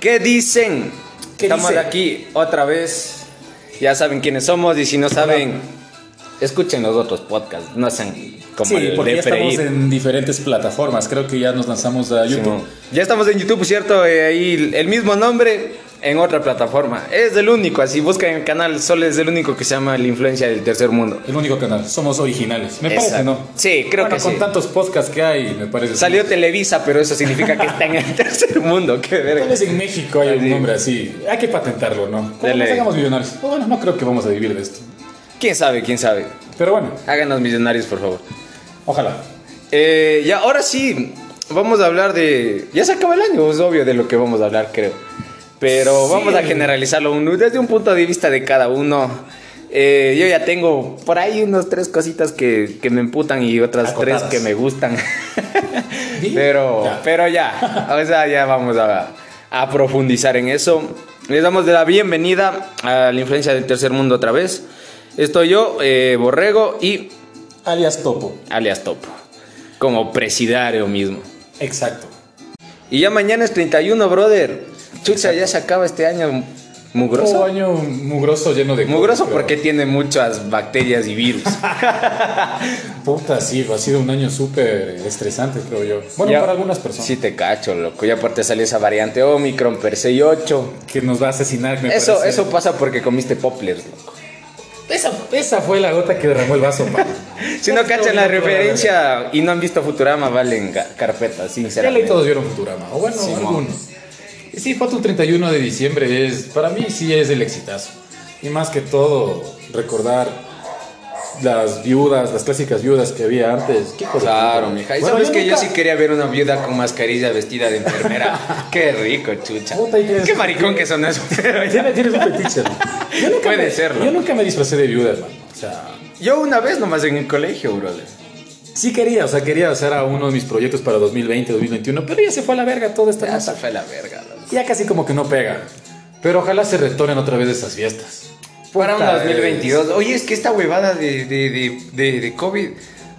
¿Qué dicen? ¿Qué Estamos dicen? aquí otra vez. Ya saben quiénes somos y si no saben, escuchen los otros podcasts. No sean como Sí, el porque de ya estamos Freír. en diferentes plataformas. Creo que ya nos lanzamos a YouTube. Simón. Ya estamos en YouTube, ¿cierto? Eh, ahí el mismo nombre en otra plataforma. Es el único, así buscan el canal, solo es el único que se llama La Influencia del Tercer Mundo. El único canal. Somos originales. Me parece, Exacto. ¿no? Sí, creo Bueno, que con sí. tantos podcasts que hay, me parece. Salió Televisa, pero eso significa que está en el tercer mundo. Qué Tal verga. vez en México hay Sí. un nombre así. Hay que patentarlo, ¿no? Como Dele. nos hagamos millonarios. Pero Bueno, no creo que vamos a vivir de esto. ¿Quién sabe? ¿Quién sabe? Pero bueno, Háganos millonarios, por favor. ojalá. Eh, ya, ahora sí, vamos a hablar de... Ya se acaba el año, es obvio de lo que vamos a hablar, creo. Pero Sí. vamos a generalizarlo un- desde un punto de vista de cada uno. Eh, yo ya tengo por ahí unos tres cositas que, que me emputan y otras Acotadas. tres que me gustan. Di. pero, Ya. pero ya, o sea, ya vamos a, a profundizar en eso. Les damos la bienvenida a la influencia del tercer mundo otra vez. Estoy yo, eh, Borrego, y Alias Topo. alias Topo, como presidario mismo. Exacto. Y ya mañana es 31, brother. Chucha, ya se acaba este año Un mugroso. baño mugroso lleno de. Mugroso cosas, porque pero- tiene muchas bacterias y virus. Puta, sí, ha sido un año súper estresante, creo yo. Bueno, Ya- para algunas personas. Sí te cacho, loco. Y aparte salió esa variante Omicron per 8. Que nos va a asesinar, me Eso, parece. eso pasa porque comiste poplers, loco. Esa, esa fue la gota que derramó el vaso, mano. Si no cachan la referencia y no han visto Futurama, valen ca- carpetas, Ya leí sinceramente. todos vieron Futurama, o bueno, Simón. algunos. Y Sí, Foto 31 de diciembre es, para mí sí es el exitazo. Y más que todo, recordar las viudas, las clásicas viudas que había antes. ¿Qué cosa? Claro, mija. Y Bueno, sabes que yo nunca- sí quería ver una viuda con mascarilla vestida de enfermera. Qué rico, chucha. Puta, ¿y qué es? Qué maricón que son eso. pero ya. Tienes, tienes un fetiche, ¿no? Yo nunca Puede me- serlo. Yo nunca me disfracé de viuda, hermano. O sea, Yo una vez nomás en el colegio, brother. sí quería, o sea, quería hacer a uno de mis proyectos para 2020, 2021, pero ya se fue a la verga toda esta Ya cosa. se fue la verga, loco. Ya casi como que no pega. Pero ojalá se retornen otra vez esas fiestas. Para un Puta, 2022. Oye, es que esta huevada de, de, de, de, de COVID,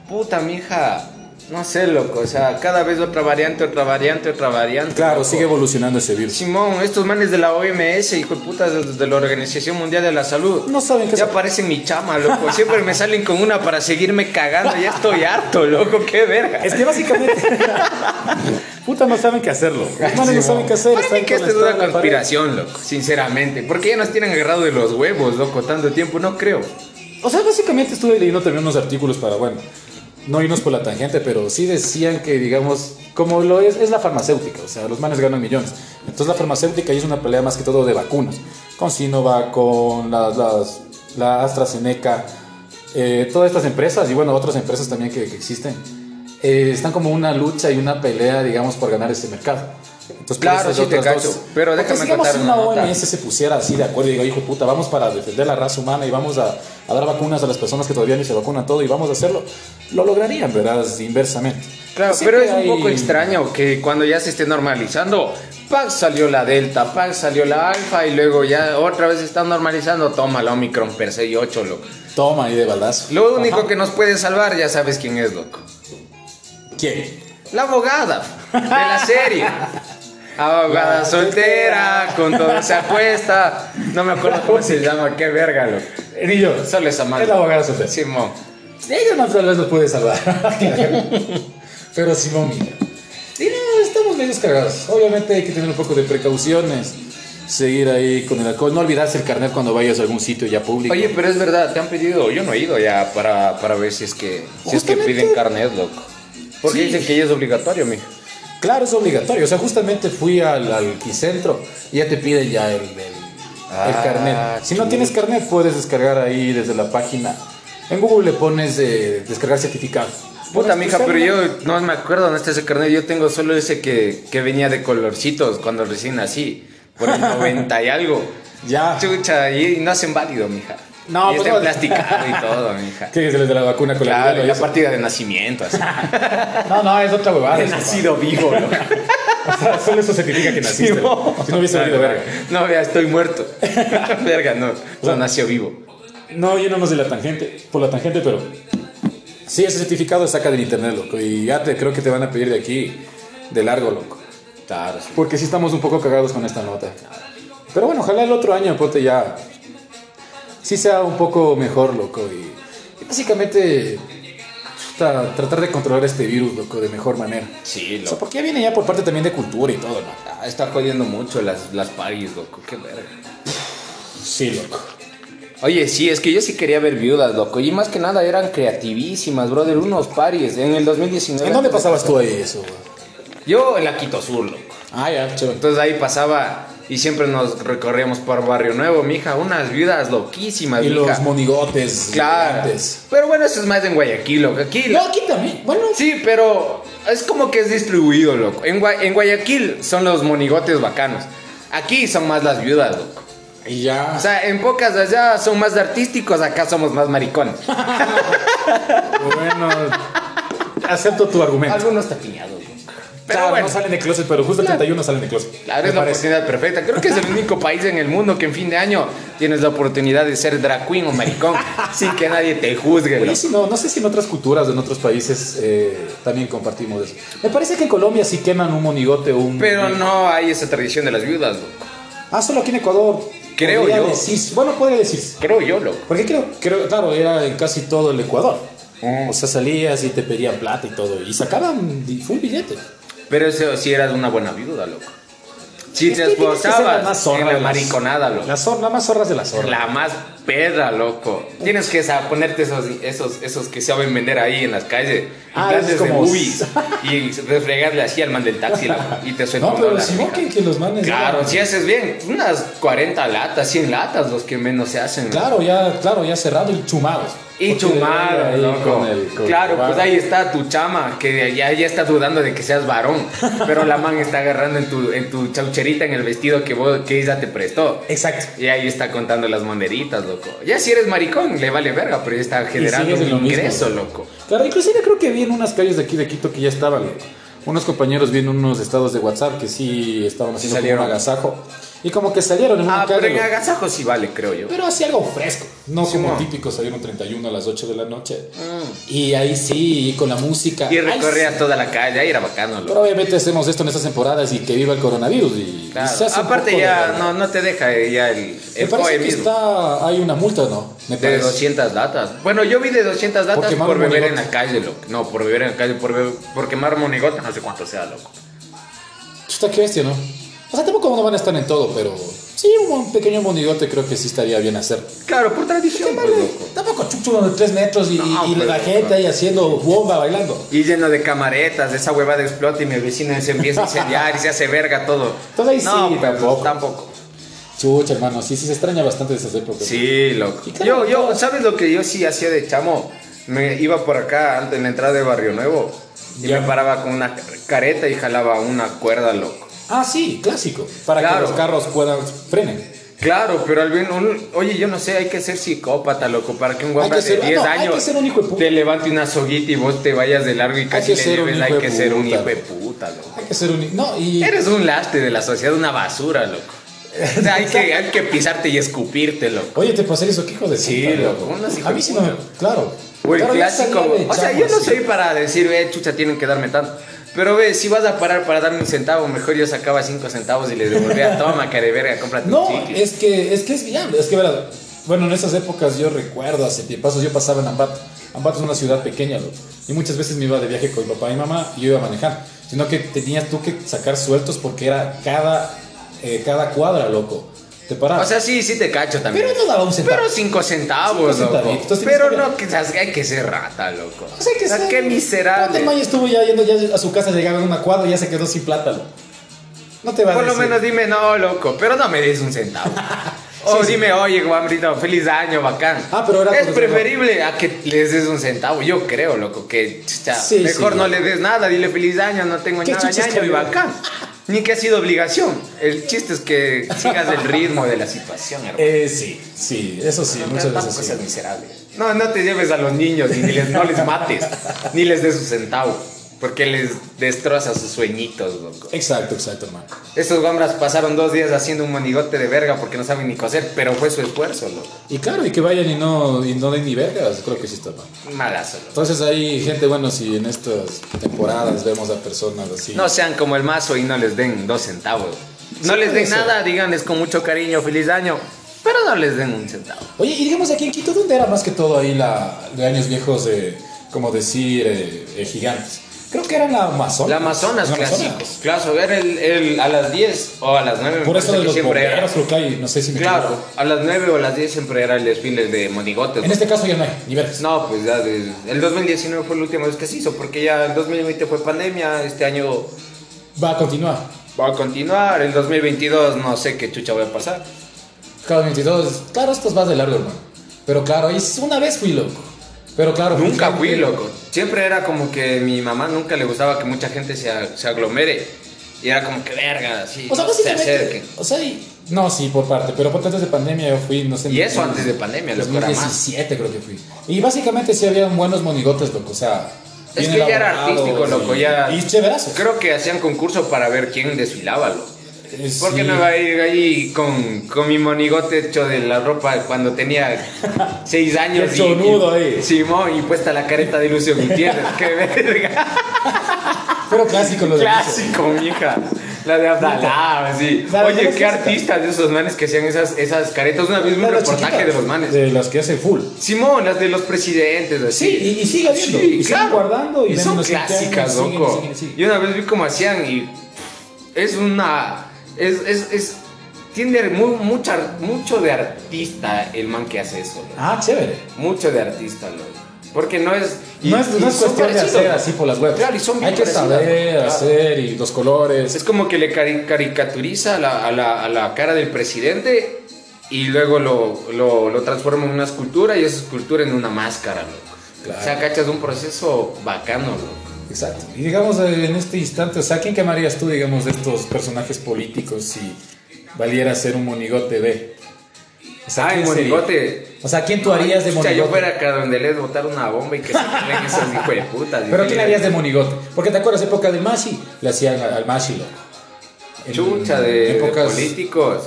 puta mija, no sé, loco. O sea, cada vez otra variante, otra variante, otra variante. Claro, loco. sigue evolucionando ese virus. Simón, estos manes de la OMS, hijo de puta, de, de la Organización Mundial de la Salud. No saben qué Ya se- parecen mi chama, loco. Siempre me salen con una para seguirme cagando. Ya estoy harto, loco. Qué verga. Es que básicamente. Puta, no saben qué hacerlo. Los manes no Ah, Simón. saben qué hacer. Para están mí que este con esto es la una espada en la pared. conspiración, loco, sinceramente. Porque ya nos tienen agarrado de los huevos, loco, tanto tiempo, no creo. O sea, básicamente estuve leyendo también unos artículos para, bueno, no irnos por la tangente, pero sí decían que, digamos, como lo es, es la farmacéutica, o sea, los manes ganan millones. Entonces la farmacéutica ahí es una pelea más que todo de vacunas, con Sinovac, con las, las- la AstraZeneca, eh, todas estas empresas y bueno, otras empresas también que, que existen, eh, están como una lucha y una pelea, digamos, por ganar ese mercado. Entonces, por Claro, eso hay sí te otras cacho, dos. pero Porque déjame digamos, contar si una una nota. OMS se pusiera así de acuerdo y diga, hijo puta, vamos para defender la raza humana y vamos a, a dar vacunas a las personas que todavía ni se vacunan todo y vamos a hacerlo, lo lograrían, ¿verdad? Inversamente. Claro, Pues Siempre pero es un hay- poco extraño que cuando ya se esté normalizando, ¡pam! salió la Delta, ¡pam! salió la Alfa y luego ya otra vez se está normalizando, toma la Omicron per se y 8, loco. Toma y de balazo. Lo único Ajá. que nos puede salvar, ya sabes quién es, loco. ¿Quién? La abogada de la serie. Abogada La soltera, con todo se apuesta. No me acuerdo cómo se llama, qué verga, loco. Ni yo. Solo esa madre. Es la abogada soltera. Simón. Ella no, tal vez nos puede salvar. Pero Simón, mira. Y no, estamos medio cagados. Obviamente hay que tener un poco de precauciones. Seguir ahí con el alcohol. No olvidarse el carnet cuando vayas a algún sitio ya público. Oye, pero es verdad, te han pedido, yo no he ido ya para, para ver si es que si es que Justamente. piden carnet, loco. Porque Sí. Pues, dicen que ya es obligatorio, mijo. Claro, es obligatorio. O sea, justamente fui al, al Quicentro y ya te piden ya el, el, el Ah, carnet. Si no chuta. tienes carnet, puedes descargar ahí desde la página. En Google le pones eh, descargar certificado. Puta, Pones tu mija, pero celular. yo no me acuerdo dónde está ese carnet. Yo tengo solo ese que, que venía de colorcitos cuando recién nací, por el 90 y algo. Ya. Chucha, y no hacen válido, mija. Ah. No, y pues está no. emplasticado y todo, mija. Que es el de la vacuna con la Claro, viruela y y la eso. partida de nacimiento, así. No, no, es otra huevada. He eso, nacido vivo, loco. pa. O sea, solo eso significa que naciste. Sí, ¿no? mo. si no hubiese valido verga. No, vea, estoy muerto. verga, no. No nació vivo. No, yéndonos de la tangente, por la tangente, pero. Sí, ese certificado saca del internet, loco. Y ya te creo que te van a pedir de aquí, de largo, loco. Claro, sí. Porque sí estamos un poco cagados con esta nota. Pero bueno, ojalá el otro año, ponte ya. Sí sea un poco mejor, loco. Y, y básicamente. chuta, tratar de controlar este virus, loco, de mejor manera. Sí, O sea, loco. porque ya viene ya por parte también de cultura y todo, ¿no? Ah, Está jodiendo mucho las, las paris, loco. Qué verga. Sí, loco. Oye, sí, es que yo sí quería ver viudas, loco. Y más que nada eran creativísimas, brother. Unos paris. En el 2019. ¿En dónde pasabas tú ahí eso, güey? Yo en la Quito Sur, loco. Ah, ya, chévere. Entonces ahí pasaba y siempre nos recorríamos por Barrio Nuevo, mija. Unas viudas loquísimas, Y mija. los monigotes. claro. gigantes. Pero bueno, eso es más en Guayaquil, loco. Aquí, No, aquí también. Bueno, Sí, pero es como que es distribuido, loco. En, Gua- en Guayaquil son los monigotes bacanos. Aquí son más las viudas, loco. y ya. O sea, en pocas allá son más artísticos, acá somos más maricones. Bueno, acepto tu argumento. Algunos tapiñados, loco. Pero Claro, bueno, no salen de closet, pero justo el 31 salen de closet. claro, Me es la parece. oportunidad perfecta. Creo que es el único país en el mundo que en fin de año tienes la oportunidad de ser drag queen o maricón sin que nadie te juzgue, Oye, loco. si no, no sé si en otras culturas o en otros países eh, también compartimos eso. Me parece que en Colombia sí queman un monigote o un... Pero no hay esa tradición de las viudas, loco. Ah, solo aquí en Ecuador. Creo Podría yo. decirse- bueno, podría decirse. Creo yo, loco. Porque creo, creo, claro, era en casi todo el Ecuador. Mm. O sea, salías y te pedían plata y todo. Y sacaban di- full billete. Pero eso sí eras una buena viuda, loco. Si Es te que tienes que ser la más esposabas zorra en la de las- mariconada, loco. La, zor- la más zorras de la zorra. La más perra, loco. Tienes que sa- ponerte esos, esos, esos que saben vender ahí en las calles. Ah, implantes es como- de boobies. y refregarle así al man del taxi, loco. Y te suelta No, un pero dólar, si vos mija. que, que los manes... Claro, eran- si haces bien, unas 40 latas, 100 latas, los que menos se hacen. ¿no? Claro, ya, claro, ya cerrado y chumados. Y Porque chumado, ahí loco. con el- con claro, el- pues ahí está tu chama, que ya, ya está dudando de que seas varón. pero la man está agarrando en tu, en tu chaucherita, en el vestido que, vos, que ella te prestó. Exacto. Y ahí está contando las moneditas, loco. Ya si eres maricón, le vale verga, pero ya está generando sigues en lo un mismo. ingreso, loco. Claro, inclusive creo que vi en unas calles de aquí de Quito que ya estaban. loco. Unos compañeros vi en unos estados de WhatsApp que sí estaban haciendo como salieron. un agasajo. Y como que salieron en una Ah, calle. pero en loco. agasajo sí vale, creo yo. Pero así algo fresco. No como no. típico salir un 31 a las 8 de la noche. Y ahí sí, y con la música. Mm. Y Ay, recorrías sí. toda la calle, ahí era bacano, Pero loco. obviamente hacemos esto en estas temporadas y que viva el coronavirus. Y, y Claro. se hace un Aparte poco ya de- no, no te deja eh, ya el, Me el parece COE que mismo. está, hay una multa, ¿no? Me De parece. 200 latas. Bueno, yo vi de 200 latas Porque más por beber en monigote. la calle, loco. No, por beber en la calle, por beber, por quemar monigote, no sé cuánto sea, loco. Chuta, qué bestia, ¿no? O sea, tampoco no van a estar en todo, pero sí, un buen pequeño monigote creo que sí estaría bien hacer. Claro, por tradición, pues, loco. Tampoco chucho de 3 metros y, No, y la pero- gente ahí haciendo bomba, bailando. Y lleno de camaretas, esa huevada explota y mi vecino se empieza a incendiar y se hace verga todo. Todo ahí no, sí, pues, tampoco. tampoco. Chucha, hermano, sí, sí se extraña bastante de esas épocas. Sí, loco. Y claro, Yo, yo, ¿sabes lo que yo sí hacía de chamo? Me iba por acá antes en la entrada de Barrio Nuevo y Ya. me paraba con una careta y jalaba una cuerda, loco. Ah, sí, clásico. Para que Claro. los carros puedan frenen. Claro, pero al bien, un- oye, yo no sé, hay que ser psicópata, loco, para que un guapa Hay que de ser- 10 no, hay años que ser un hijo de puta. te levante una soguita y vos te vayas de largo y casi que le ser un lleves, hijo hay de que ser un puta. hijo de puta, loco. Hay que ser un. No, y. Eres un lastre de la sociedad, una basura, loco. O sea, hay que, hay que pisarte y escupirte, loco. Oye, te pasé eso, qué hijo de Sí, puta, loco, unos hijos A mí sí de no me. puta. Claro. O el Claro, ya clásico. salía de O sea, chamo yo no así. soy para decir, eh, chucha, tienen que darme tanto. Pero ve, si vas a parar para darme un centavo, mejor yo sacaba cinco centavos y le devolvía, toma, careverga, cómprate No, un chicle. es que, es que es viable. Es que, verás, bueno, en esas épocas yo recuerdo hace tiempos, yo pasaba en Ambato. Ambato es una ciudad pequeña, loco. Y muchas veces me iba de viaje con mi papá y mamá y yo iba a manejar. Sino que tenías tú que sacar sueltos porque era cada, eh, cada cuadra, loco. Te paraba. O sea, sí, sí te cacho también. pero no daba un centavo. Pero cinco centavos, Cinco loco. centavitos, tienes Pero que ver. no, quizás hay que ser rata, loco. O sea, que O sea, sea- qué Cuando el man miserable. estuvo ya yendo ya a su casa, llegaba en una cuadra y ya se quedó sin plata, loco. No te va a Por lo decir. menos dime, no, loco, pero no me des un centavo. o dime, oye, guambrito, feliz año, bacán. Ah, pero ahora es con- preferible a que les des un centavo. Yo creo, loco, que chucha, Sí, mejor sí. no le des nada. Dile feliz año, no tengo ¿Qué nada, chucha es ñaño, y cambiar? bacán. Ni que ha sido obligación. El chiste es que sigas el ritmo de la situación, hermano. Eh, sí, sí, eso sí, muchas veces Tampoco sí. seas miserable. No, no te lleves a los niños y ni les, no les mates, ni les des su centavo. Porque les destroza sus sueñitos, loco. Exacto, exacto, hermano. Estos guambras pasaron dos días haciendo un monigote de verga porque no saben ni coser, pero fue su esfuerzo, loco. Y claro, y que vayan y no, y no den ni vergas, creo que sí está mal. Malazo, loco. Entonces hay gente, bueno, si en estas temporadas vemos a personas así. No sean como el mazo y no les den dos centavos. No Sí, les puede den ser. nada, díganles con mucho cariño, feliz año, pero no les den un centavo. Oye, y digamos aquí en Quito, ¿dónde era más que todo ahí la, de años viejos de, como decir, eh, eh, gigantes? Creo que era la Amazonas. La Amazonas, La clásico. Claro, era el, el- a las 10 o a las 9. Por eso de los bomberos, creo que hay, no sé si me Claro, equivoco. a las 9 o a las 10 siempre era el desfile de monigotes. En ¿no? este caso ya no hay, ni vergas. No, pues ya desde- el 2019 fue la última vez que se hizo, porque ya el 2020 fue pandemia, este año Va a continuar. va a continuar, el 2022 no sé qué chucha va a pasar. Cada 22, claro, estos vas de largo, hermano. Pero claro, ahí s- una vez fui loco. Pero pues claro, Nunca justamente- fui loco. Siempre era como que mi mamá nunca le gustaba que mucha gente se, a- se aglomere. Y era como que verga, así, O sea, pues no se básicamente. acerquen. O sea, y- no, sí, por parte. Pero por antes de pandemia yo fui, no sé. Y eso en- antes de pandemia, loco, era más. 2017 creo que fui. Y básicamente sí habían buenos monigotes, loco. O sea. Es bien que ya era elaborados artístico, loco, y- ya. Y chéverazos. Creo que hacían concurso para ver quién desfilaba, loco. Eh, ¿Por qué sí. no va a ir ahí con, con mi monigote hecho de la ropa cuando tenía seis años? Hecho nudo ahí. Simón, y puesta la careta de Lucio Gutiérrez. ¡Qué verga! Pero clásico lo de Clásico, mija. La de Abdalá, así. La de Oye, Abdalá qué es esa. artistas de esos manes que hacían esas, esas caretas. Una vez vi un Las reportaje chiquitas, de los manes. De las que hacen full. Simón, las de los presidentes, así. Sí, y- y sigue habiendo, Sí, y siguen claro. guardando, y Y ven son unos clásicas, internos, siguen, loco. siguen, siguen. Y una vez vi cómo hacían y. Es una. Es. es, es tiene mu- mucha, mucho de artista el man que hace eso, loco. Ah, chévere. Mucho de artista, loco. Porque no es. y- no es, no y es son cuestión de parecidos, hacer loco. así por las webs. Claro, y son bien Hay que parecidas, saber claro. hacer y los colores. Pues Es como que le cari- caricaturiza a la, a la- a la cara del presidente y luego lo, lo- lo transforma en una escultura y esa escultura en una máscara, loco. Claro. O sea, cachas un proceso bacano, loco. Exacto. Y digamos eh, en este instante, o sea, ¿quién quemarías tú, digamos, de estos personajes políticos si valiera ser un monigote de? O Ah, ¿quién el sería? monigote. O sea, ¿quién tú harías de O sea, monigote? yo fuera acá donde les botar una bomba y que se creen esos hijos de putas. Pero ¿quién harías de monigote? Porque te acuerdas, época del Masi, le hacían al, al Masi, loco. En Chucha de, de épocas- políticos.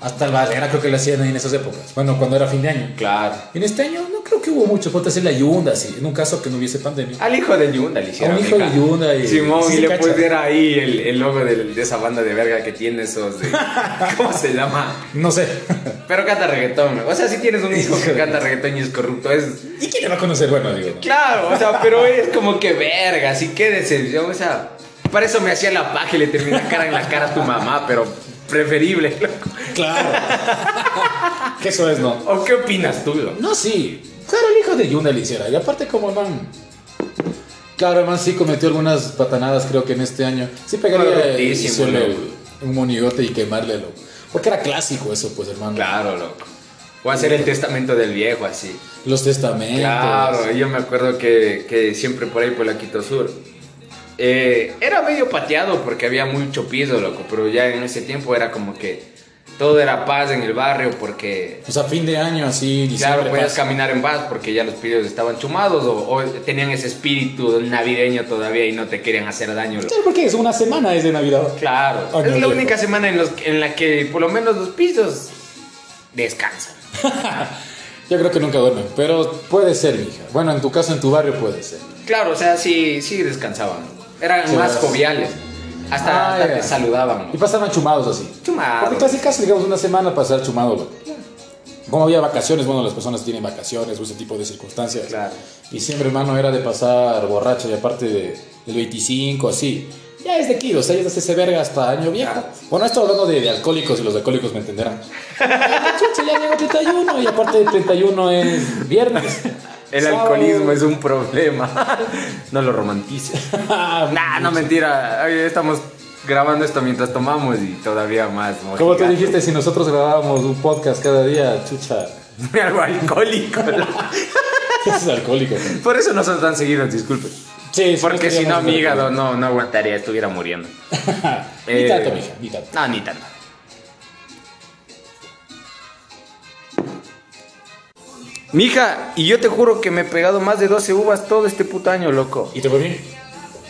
Hasta el Valera creo que le hacían ahí en esas épocas. Bueno, cuando era fin de año. Claro. En este año no creo que hubo mucho. Ponte a hacer la yunda, sí. En un caso que no hubiese pandemia. Al hijo de Yunda le hicieron. A un hijo mija. de Yunda y- Simón, sí y se le cacha. pusiera ahí el, el logo del- de, esa banda de verga que tiene esos de. ¿Cómo se llama? No sé. Pero canta reggaetón. O sea, si tienes un hijo que canta reggaetón y es corrupto, es. ¿Y quién le va a conocer? Bueno, digo. ¿no? Claro, o sea, pero es como que verga, así que decepción. O sea, para eso me hacía la paja y le termina cara en la cara a tu mamá, pero preferible, loco. Claro. que eso es, ¿no? ¿O qué opinas tú, loco? No, sí. Claro, el hijo de Yuna le hiciera. Y aparte, como el man. Claro, el man sí cometió algunas patanadas, creo que en este año. Sí, pegaría eh, Correctísimo, hiciérle loco. un monigote y quemarle, loco. Porque era clásico eso, pues, hermano. Claro, loco. O hacer el testamento del viejo, así. Los testamentos. Claro, yo me acuerdo que, que siempre por ahí por la Quito Sur. eh, era medio pateado porque había mucho piso, loco, pero ya en ese tiempo era como que todo era paz en el barrio porque O sea, fin de año, así, Claro, pues. diciembre. pues. podías paz. caminar en paz porque ya los pedidos estaban chumados o, o tenían ese espíritu navideño todavía y no te querían hacer daño. loco. Claro, porque es una semana es de Navidad. Claro, Año es la viejo. única semana en, los, en la que por lo menos los pisos descansan. Yo creo que nunca duermen, pero puede ser, mija. Bueno, en tu caso, en tu barrio puede ser. Claro, o sea, sí, sí descansaban. Eran Sí, más las- joviales. Hasta, Ah, hasta ya. te saludaban. Y pasaban chumados así. Chumados. Porque casi casi, digamos, una semana pasar chumado, loco. Como había vacaciones, bueno, las personas tienen vacaciones o ese tipo de circunstancias. Claro. Y siempre, hermano, era de pasar borracho y aparte de, del 25, así. Ya es de aquí, o sea, ya se hace verga hasta año viejo. Claro. Bueno, esto hablando de, de alcohólicos y los alcohólicos me entenderán. Ay, chucha, ya llegó 31 y aparte del 31 es viernes. El Sábado. alcoholismo es un problema. no lo romantices. Ah, nah, no mentira. Ay, Estamos grabando esto mientras tomamos y todavía más. Como tú mojigata. dijiste, si nosotros grabábamos un podcast cada día, chucha, Algo alcohólico. es alcohólico. ¿no? Por eso no son tan seguidos, disculpen. Sí, Porque si no, estaríamos mi hígado alcohólicos. no, no aguantaría, estuviera muriendo. ni Eh, tanto, mija, ni tanto. No, ni tanto. Mija, y yo te juro que me he pegado más de 12 uvas todo este puto año, loco. ¿Y te fue bien?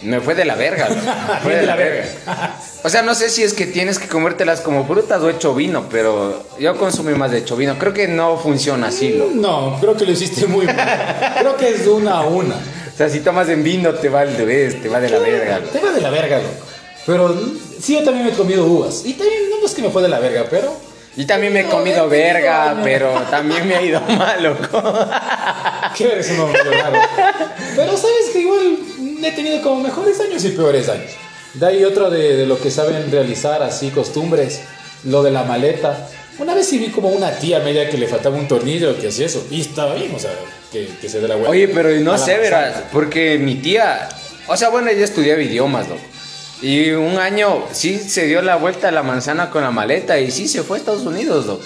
Me fue de la verga, loco. Me fue de la verga. O sea, no sé si es que tienes que comértelas como frutas o hecho vino, pero yo consumí más de hecho vino. Creo que no funciona así, loco. No, creo que lo hiciste muy mal. Creo que es de una a una. O sea, si tomas en vino te va el revés, te va de la verga, loco. Te va de la verga, loco. Pero sí, yo también me he comido uvas. Y también, no es que me fue de la verga, pero. Y también me he No, comido he tenido verga, años. pero también me ha ido mal, loco. Qué ver, eso no me dio raro. Pero sabes que igual he tenido como mejores años y peores años. De ahí otro de, de lo que saben realizar, así costumbres, lo de la maleta. Una vez sí vi como una tía media que le faltaba un tornillo, que hacía eso. Y estaba bien, o sea, que, que se dé la vuelta. Oye, pero A no la sé, manzana. verás, porque mi tía, o sea, bueno, ella estudiaba idiomas, loco. Y un año sí se dio la vuelta a la manzana con la maleta y sí se fue a Estados Unidos, loco.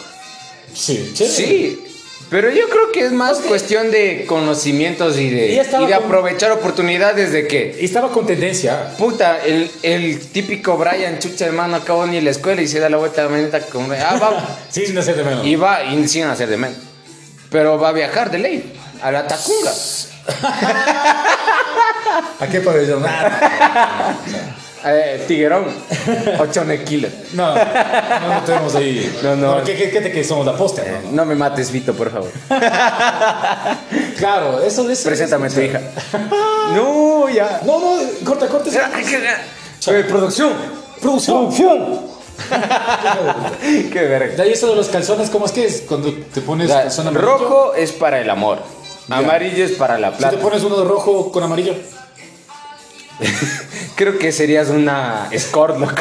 Sí, chévere. Sí, pero yo creo que es más cuestión de conocimientos y de, Ella estaba y de con- aprovechar oportunidades de que, Y estaba con tendencia. puta, el, el típico Brian Chucha, hermano, acabó ni la escuela y se da la vuelta a la maleta con... Ah, va, Sí, sin hacer de menos. y va y sin hacer de menos. Pero va a viajar de ley a la Tacunga. ¿A qué pabellón? Ah, Eh, tiguerón, 8 kilos. No, no, no tenemos ahí. No, no. Pero ¿Qué, qué, qué te que somos la posta? No, No me mates, Vito, por favor. Claro, eso es. Preséntame a tu hija. No, ya. No, no, corta, corta. esa- Eh, producción. Producción. Qué verga. De ahí eso de los calzones, ¿cómo es que es? Cuando te pones Ya, calzón amarillo. rojo es para el amor. Amarillo es para la Si te plata. pones uno de rojo con amarillo. Creo que serías una escort, loco.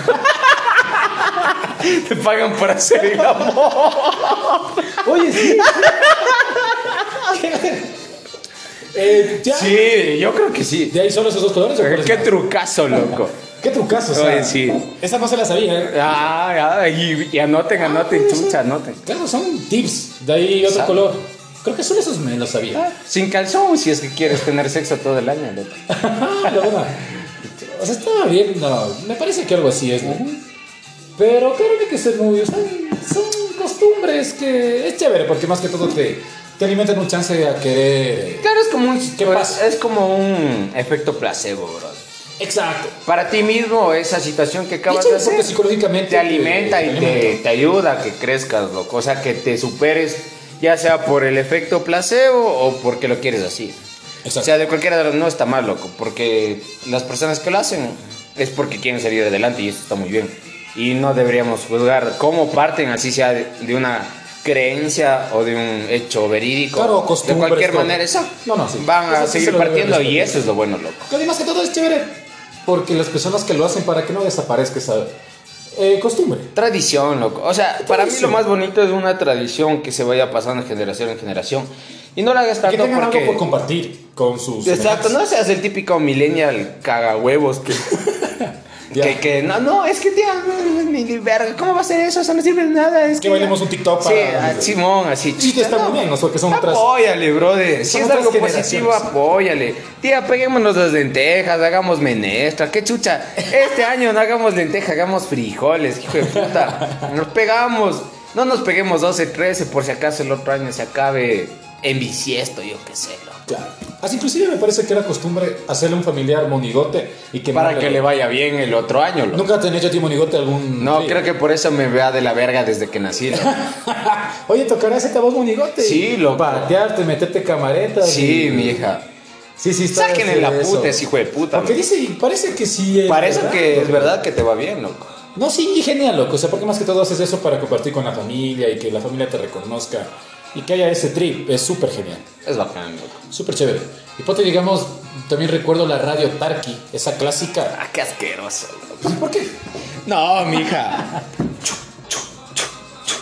Te pagan por hacer el amor. Oye, sí. eh, ya. Sí, yo creo que sí. De ahí solo esos dos colores. ¿o cuáles Qué más? trucazo, loco. ¿Qué trucazo? o sea, Oye, sí. Esa no se la sabía, ¿eh? Ah, ah, y, y anoten, anoten, chucha, anoten. Claro, son tips. De ahí otro Sabe. color. Creo que solo esos me lo sabía. Ah, Sin calzón, si es que quieres tener sexo todo el año, loco. Ah, la buena. O sea, estaba bien, no, me parece que algo así es, ¿no? Pero claro que hay que ser muy... Son, son costumbres que es chévere, porque más que todo te, te alimentan un chance a querer... Claro, es como un, ¿Qué pasa? es como un efecto placebo, bro. Exacto. Para ti mismo, esa situación que Y es acabas de chévere porque hacer psicológicamente... te alimenta y te, alimenta. te ayuda a que crezcas, loco. O sea, que te superes, ya sea por el efecto placebo o porque lo quieres así. O Exacto. sea, de cualquiera de las no está mal, loco, porque las personas que lo hacen es porque quieren salir adelante y eso está muy bien. Y no deberíamos juzgar cómo parten, así sea de, de una creencia o de un hecho verídico. Claro, De costumbres, cualquier todo. manera, exacto. No, no, sí. Van Eso a sí se seguir lo deberías partiendo y respetar. eso es lo bueno, loco. Que además que todo es chévere, porque las personas que lo hacen para que no desaparezca esa eh, costumbre. Tradición, loco. O sea, para mí lo Tradición. más bonito es una tradición que se vaya pasando de generación en generación. Y no la hagas Que tanto tengan porque... algo por compartir con sus... Exacto, no seas el típico millennial cagahuevos que... Ya. Que, que no, no, es que tía, no, ni ni verga, ¿cómo va a ser eso? Eso no sirve de nada. Es Que bailemos un TikTok Sí, para- ah, Simón, así. Y que está muy bien, o sea, que son otras- Apóyale, brother. Si son es otras algo positivo, generaciones. apóyale. Tía, peguémonos las lentejas, hagamos menestra. Qué chucha. Este año no hagamos lenteja, hagamos frijoles, hijo de puta. Nos pegamos. No nos peguemos 12, 13, por si acaso el otro año se acabe en bisiesto, yo qué sé, loco. Claro. Así inclusive me parece que era costumbre hacerle a un familiar monigote y que Para que le vaya bien el otro año, loco. nunca te han hecho a ti monigote algún No, creo que por eso me vea de la verga desde que nací, loco. Oye, tocará ese voz monigote. Sí, lo loco. Patearte, meterte camaretas. Sí, y- mi hija. Sí, sí, está Sáquenle ese- la eso. puta, ese hijo de puta. Porque loco. dice, y parece que sí. eh, es Parece que es loco. verdad que te va bien, loco. No, sí, y genial, loco. O sea, porque más que todo haces eso para compartir con la familia y que la familia te reconozca y que haya ese trip. Es súper genial. Es bacán, loco. Súper chévere. Y ponte, digamos, también recuerdo la radio Tarki, esa clásica. Ah, qué asqueroso, loco. Pues, ¿Por qué? No, mija.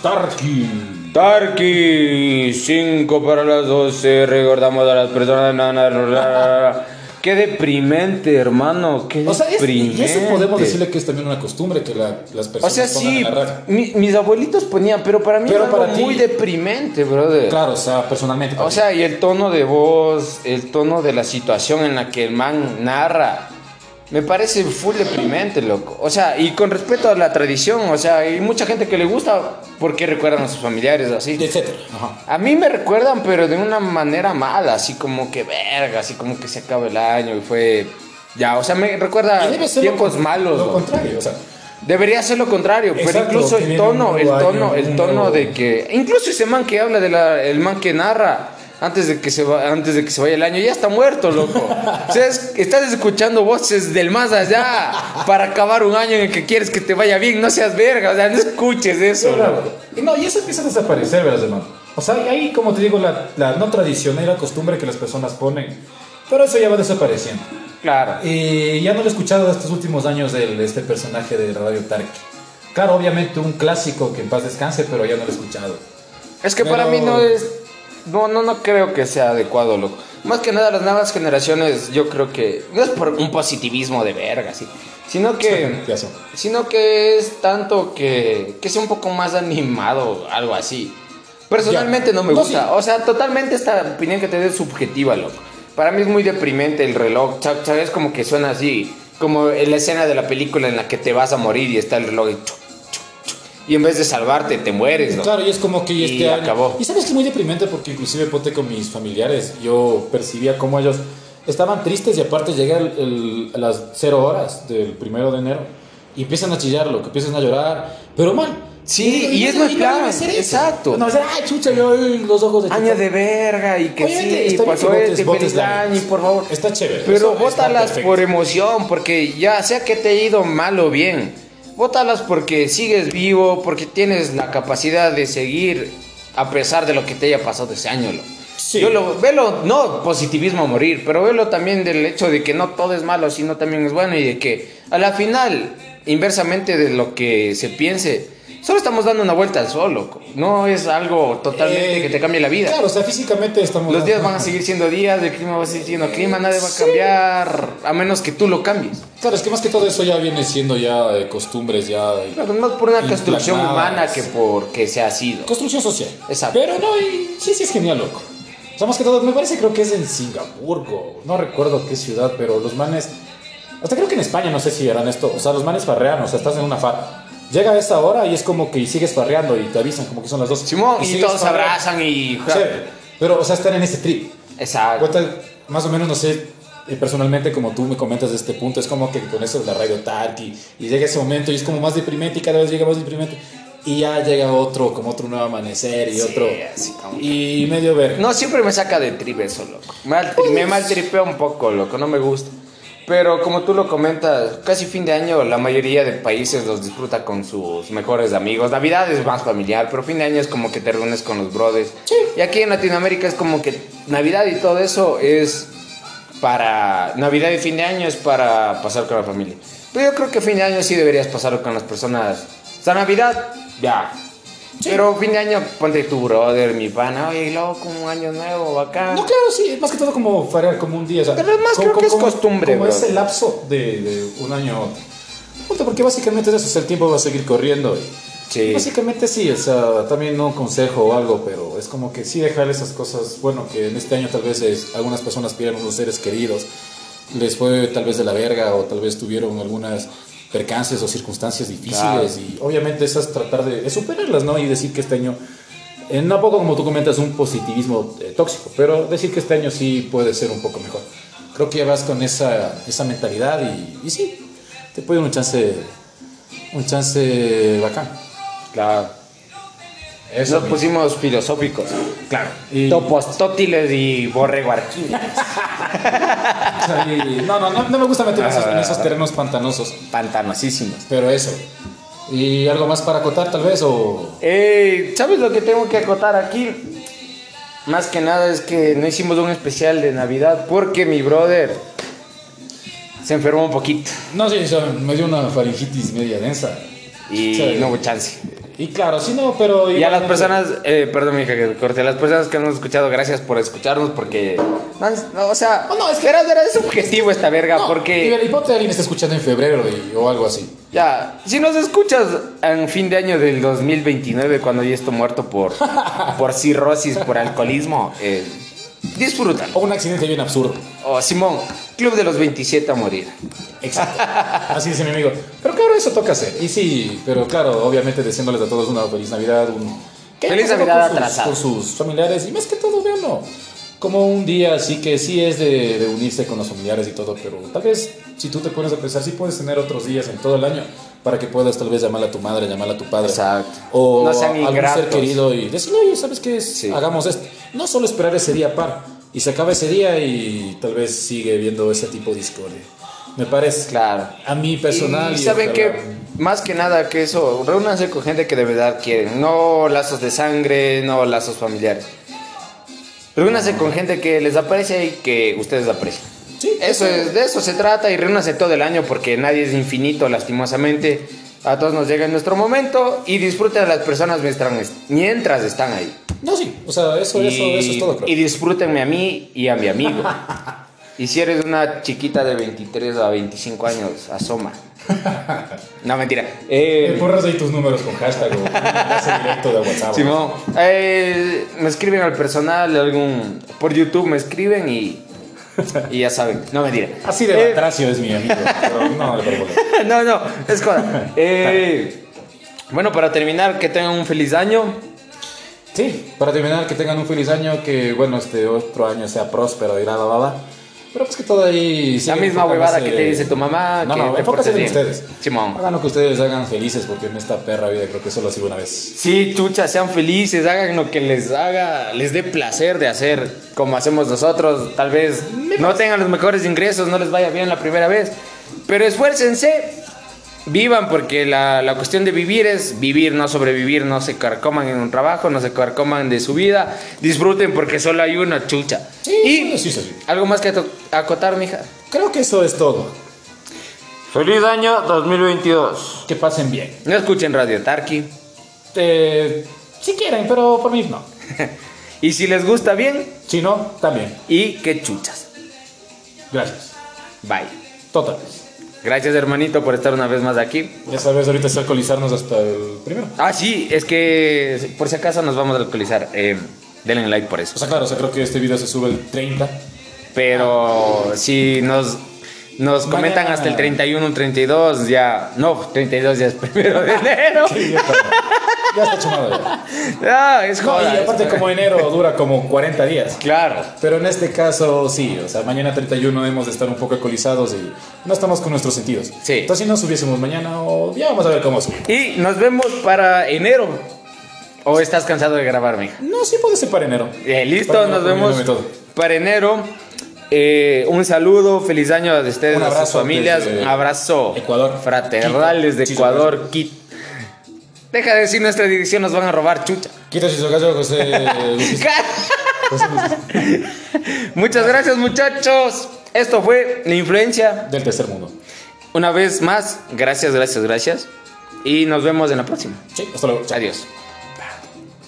Tarki. Tarki, 5 para las 12. Recordamos a las personas. na, na, na, na, na. Qué deprimente, hermano. Qué O sea, es- y deprimente. eso podemos decirle que es también una costumbre que la- las O personas sea, pongan en sí, la radio. mi- mis abuelitos ponían, pero para mí Pero era para algo ti- muy deprimente, brother. Claro, o sea, personalmente. para O mí. sea, y el tono de voz, el tono de la situación en la que el man narra, me parece full deprimente, loco. O sea, y con respeto a la tradición, o sea, hay mucha gente que le gusta porque recuerdan a sus familiares así. etcétera. Ajá. A mí me recuerdan, pero de una manera mala, así como que verga, así como que se acaba el año y fue Ya, o sea, me recuerda Y debe ser lo tiempos con- malos. Lo ¿no? contrario, o sea, Debería ser lo contrario, pero Exacto, incluso que el viene un tono, el nuevo tono, año, el un tono nuevo- de que incluso ese man que habla de la, el man que narra antes de que se va, antes de que se vaya el año ya está muerto, loco. o sea, es- estás escuchando voces del más allá para acabar un año en el que quieres que te vaya bien, no seas verga, o sea, no escuches eso. loco. Y no, y eso empieza a desaparecer, verás, hermano. O sea, ahí, como te digo, la, la no tradición y la costumbre que las personas ponen. Pero eso ya va desapareciendo. Claro. Eh, ya no lo he escuchado estos últimos años de, de este personaje de Radio Tark. Claro, obviamente un clásico que en paz descanse, pero ya no lo he escuchado. Es que Pero- para mí no es. No, no, no creo que sea adecuado, loco. Más que nada, las nuevas generaciones, yo creo que. No es por un positivismo de verga, sí. Sino que. Ya son. Sino que es tanto que. Que sea un poco más animado, algo así. Personalmente Ya. no me No, gusta. sí. O sea, totalmente esta opinión que te doy es subjetiva, loco. Para mí es muy deprimente el reloj. sa- ¿Sabes? Como que suena así. Como en la escena de la película en la que te vas a morir y está el reloj y. chuc, chuc, chuc, y en vez de salvarte, te mueres, ¿no? Claro, y es como que Y este año- acabó. Y sabes que es muy deprimente porque inclusive ponte con mis familiares, yo percibía cómo ellos estaban tristes y aparte llega el- el- a las cero horas del primero de enero y empiezan a chillar, lo que empiezan a llorar, pero mal. Sí, digo, y es no- muy no debe claro, ser eso. exacto. No, o sea, ay, chucha, yo ay, los ojos de chucha. Año de verga y que Obviamente, sí, está bien pasó que botes- este, botes feliz lágrimas. año, por favor. Está chévere. eso Pero está bótalas perfecto. por emoción, porque ya sea que te haya ido mal o bien, bótalas porque sigues vivo, porque tienes la capacidad de seguir a pesar de lo que te haya pasado ese año. loco. Sí. Yo lo velo, no positivismo a morir, pero velo también del hecho de que no todo es malo, sino también es bueno y de que a la final, inversamente de lo que se piense, solo estamos dando una vuelta al sol, loco. No es algo totalmente Eh, que te cambie la vida. Claro, o sea, físicamente estamos. Los días van a seguir siendo días, el clima va a seguir siendo clima, nada va a cambiar a menos que tú lo cambies. Claro, es que más que todo eso ya viene siendo ya eh, costumbres, ya. eh, Pero es más por una construcción Implantadas. humana que porque se ha sido. Construcción social. Exacto. Pero no, y sí, sí es genial, loco. O sea, más que todo, me parece creo que es en Singapur, no recuerdo qué ciudad, pero los manes. Hasta creo que en España, no sé si harán esto. O sea, los manes farrean, o sea, estás en una farra. Llega a esa hora y es como que y sigues farreando y te avisan como que son las dos. Simón, y, sigues todos se farreando. abrazan y... Chévere. Pero, o sea, están en ese trip. Exacto. Cuenta, más o menos, no sé, eh, personalmente, como tú me comentas de este punto, es como que con eso de la radio tal y, y llega ese momento y es como más deprimente y cada vez llega más deprimente. Y ya llega otro, como otro nuevo amanecer y Sí, otro. así como Y medio ver. No, siempre me saca de trip eso, loco. Me, al- me maltripea un poco, loco, no me gusta. Pero como tú lo comentas, casi fin de año la mayoría de países los disfruta con sus mejores amigos. Navidad es más familiar, pero fin de año es como que te reúnes con los brothers. Y aquí en Latinoamérica es como que Navidad y todo eso es para... Navidad y fin de año es para pasar con la familia. Pero yo creo que fin de año sí deberías pasarlo con las personas. O sea, Navidad, ya, pero fin de año, ponte tu brother, mi pana, oye, loco, un año nuevo, bacán. No, claro, sí, más que todo como farear como un día. o sea, Pero además como- creo que es como- costumbre, Como bro. ese lapso de, de un año a otro. Puta, porque básicamente es eso, o sea, el tiempo va a seguir corriendo. y- Sí. Básicamente Pues sí, o sea, también no un consejo o algo, pero es como que sí dejar esas cosas, bueno, que en este año tal vez es- algunas personas pierden unos seres queridos, les fue tal vez de la verga o tal vez tuvieron algunas percances o circunstancias difíciles Claro. y obviamente esas tratar de, de superarlas, ¿no? Y decir que este año eh, no poco como tú comentas un positivismo eh, tóxico, pero decir que este año sí puede ser un poco mejor. Creo que ya vas con esa, esa mentalidad y, y sí, te puede dar un chance, un chance bacán. Claro. Eso Nos pusimos filosóficos. claro. Y, Topos tótiles y borrego arquines. y- no, no, no, no me gusta meterme en esos- en esos terrenos pantanosos, Pantanosísimos. pero eso. ¿Y algo más para acotar tal vez? O... Eh, ¿Sabes lo que tengo que acotar aquí? Más que nada es que no hicimos un especial de Navidad porque mi brother se enfermó un poquito No sé, o sea, me dio una faringitis media densa. y Sí. no hubo chance. Y claro, sí, no, pero... Y a igual- las personas, eh, perdón, mija, que te corté. A las personas que nos han escuchado, gracias por escucharnos porque. No, no, o sea, Oh, No, no, es que- era, era subjetivo esta verga No, Y porque. el hipote alguien está escuchando en febrero y- o algo así. Ya, si nos escuchas en fin de año del 2029, cuando ya estoy muerto por, por cirrosis, por alcoholismo, eh, disfrutan. O un accidente bien absurdo. O Oh, Simón, Club de los 27 a morir. Exacto. Así dice mi amigo. Pero claro, eso toca hacer. Y sí, pero claro, obviamente deseándoles a todos una feliz Navidad. Un... que Feliz hayan pasado Navidad con sus- atrasada. Con sus familiares y más que todo, veanlo. como un día así que sí es de, de unirse con los familiares y todo, pero tal vez si tú te pones a pensar, sí puedes tener otros días en todo el año para que puedas tal vez llamar a tu madre, llamar a tu padre. Exacto. O No a sean algún ingratos. ser querido y decir, oye, ¿sabes qué? es? Sí. Hagamos esto. No solo esperar ese día par y se acaba ese día y tal vez sigue viendo ese tipo de discordia. Me parece. Claro. A mí personal. Y saben ojalá- que más que nada que eso, reúnanse con gente que de verdad quieren, no lazos de sangre, no lazos familiares. Reúnanse con gente que les aprecia y que ustedes aprecian. Sí, Eso es, de eso se trata y reúnanse todo el año porque nadie es infinito, lastimosamente. A todos nos llega nuestro momento y disfruten a las personas mientras, mientras están ahí. No, sí. O sea, eso, eso, y, eso es todo, creo. y disfrútenme a mí y a mi amigo. y si eres una chiquita de 23 a 25 años, asoma. no, mentira. Eh, Eh, porras ahí tus números con hashtag o un enlace directo de WhatsApp. Simón, eh, me escriben al personal, algún por YouTube me escriben y, y ya saben. No, mentira. Así de Eh, batracio es mi amigo. pero no, le propongo. no, no, es cosa. Eh, bueno, para terminar, que tengan un feliz año. Sí, para terminar, que tengan un feliz año, que bueno, este otro año sea próspero y la la, la, la. Pero pues que todo ahí... La sigue misma huevada enfocándose- que te dice tu mamá. No, que no, Ah, te enfócate portes en bien. ustedes. Simón. Hagan lo que ustedes hagan felices, porque en esta perra vida creo que solo ha sido una vez. Sí, chucha, sean felices, hagan lo que les haga, les dé placer de hacer, como hacemos nosotros. Tal vez no tengan los mejores ingresos, no les vaya bien la primera vez, pero esfuércense, vivan, porque la, la cuestión de vivir es vivir, no sobrevivir, no se carcoman en un trabajo, no se carcoman de su vida, disfruten porque solo hay una chucha. bueno, y sí, sí. algo más que to- acotar, mija. Creo que eso es todo. Feliz año 2022. Que pasen bien. No escuchen Radio Tarki. Eh, si quieren, pero por mí no. Y si les gusta bien, Si no, también. y qué chuchas. Gracias. Bye. Totales. Gracias, hermanito, por estar una vez más aquí. Ya sabes, ahorita es alcoholizarnos hasta el primero. Ah, sí, es que por si acaso nos vamos a alcoholizar. eh, denle like por O eso. sea, claro, o sea, creo que este video se sube el 30. Pero si nos, nos comentan Mañana. hasta el 31, 32, ya. No, 32 ya es primero de enero. Sí, ya está. Ya está chumado ya. ah, es No, joda. y aparte es- como enero dura como 40 días. Claro. Pero en este caso sí, o sea, mañana 31 hemos de estar un poco alcoholizados y no estamos con nuestros sentidos. Sí. Entonces si nos subiésemos mañana o ya vamos a ver cómo subimos. Y nos vemos para enero. ¿O estás cansado de grabar, mija? No, sí puede ser para enero. Eh, listo, Para enero, nos comiéndome vemos todo. para enero. Eh, un saludo, feliz año a ustedes, Un a sus abrazo familias. desde Un abrazo Ecuador. fraternal Quito. desde Sí, Ecuador. Quito. Deja de decir nuestra dirección, nos van a robar, chucha. Quita Shizogayo, José. Luis- José Luis- Muchas gracias, muchachos. Esto fue La Influencia. del tercer mundo. Una vez más, gracias, gracias, gracias. Y nos vemos en la próxima. Sí, hasta luego. Chao. Adiós.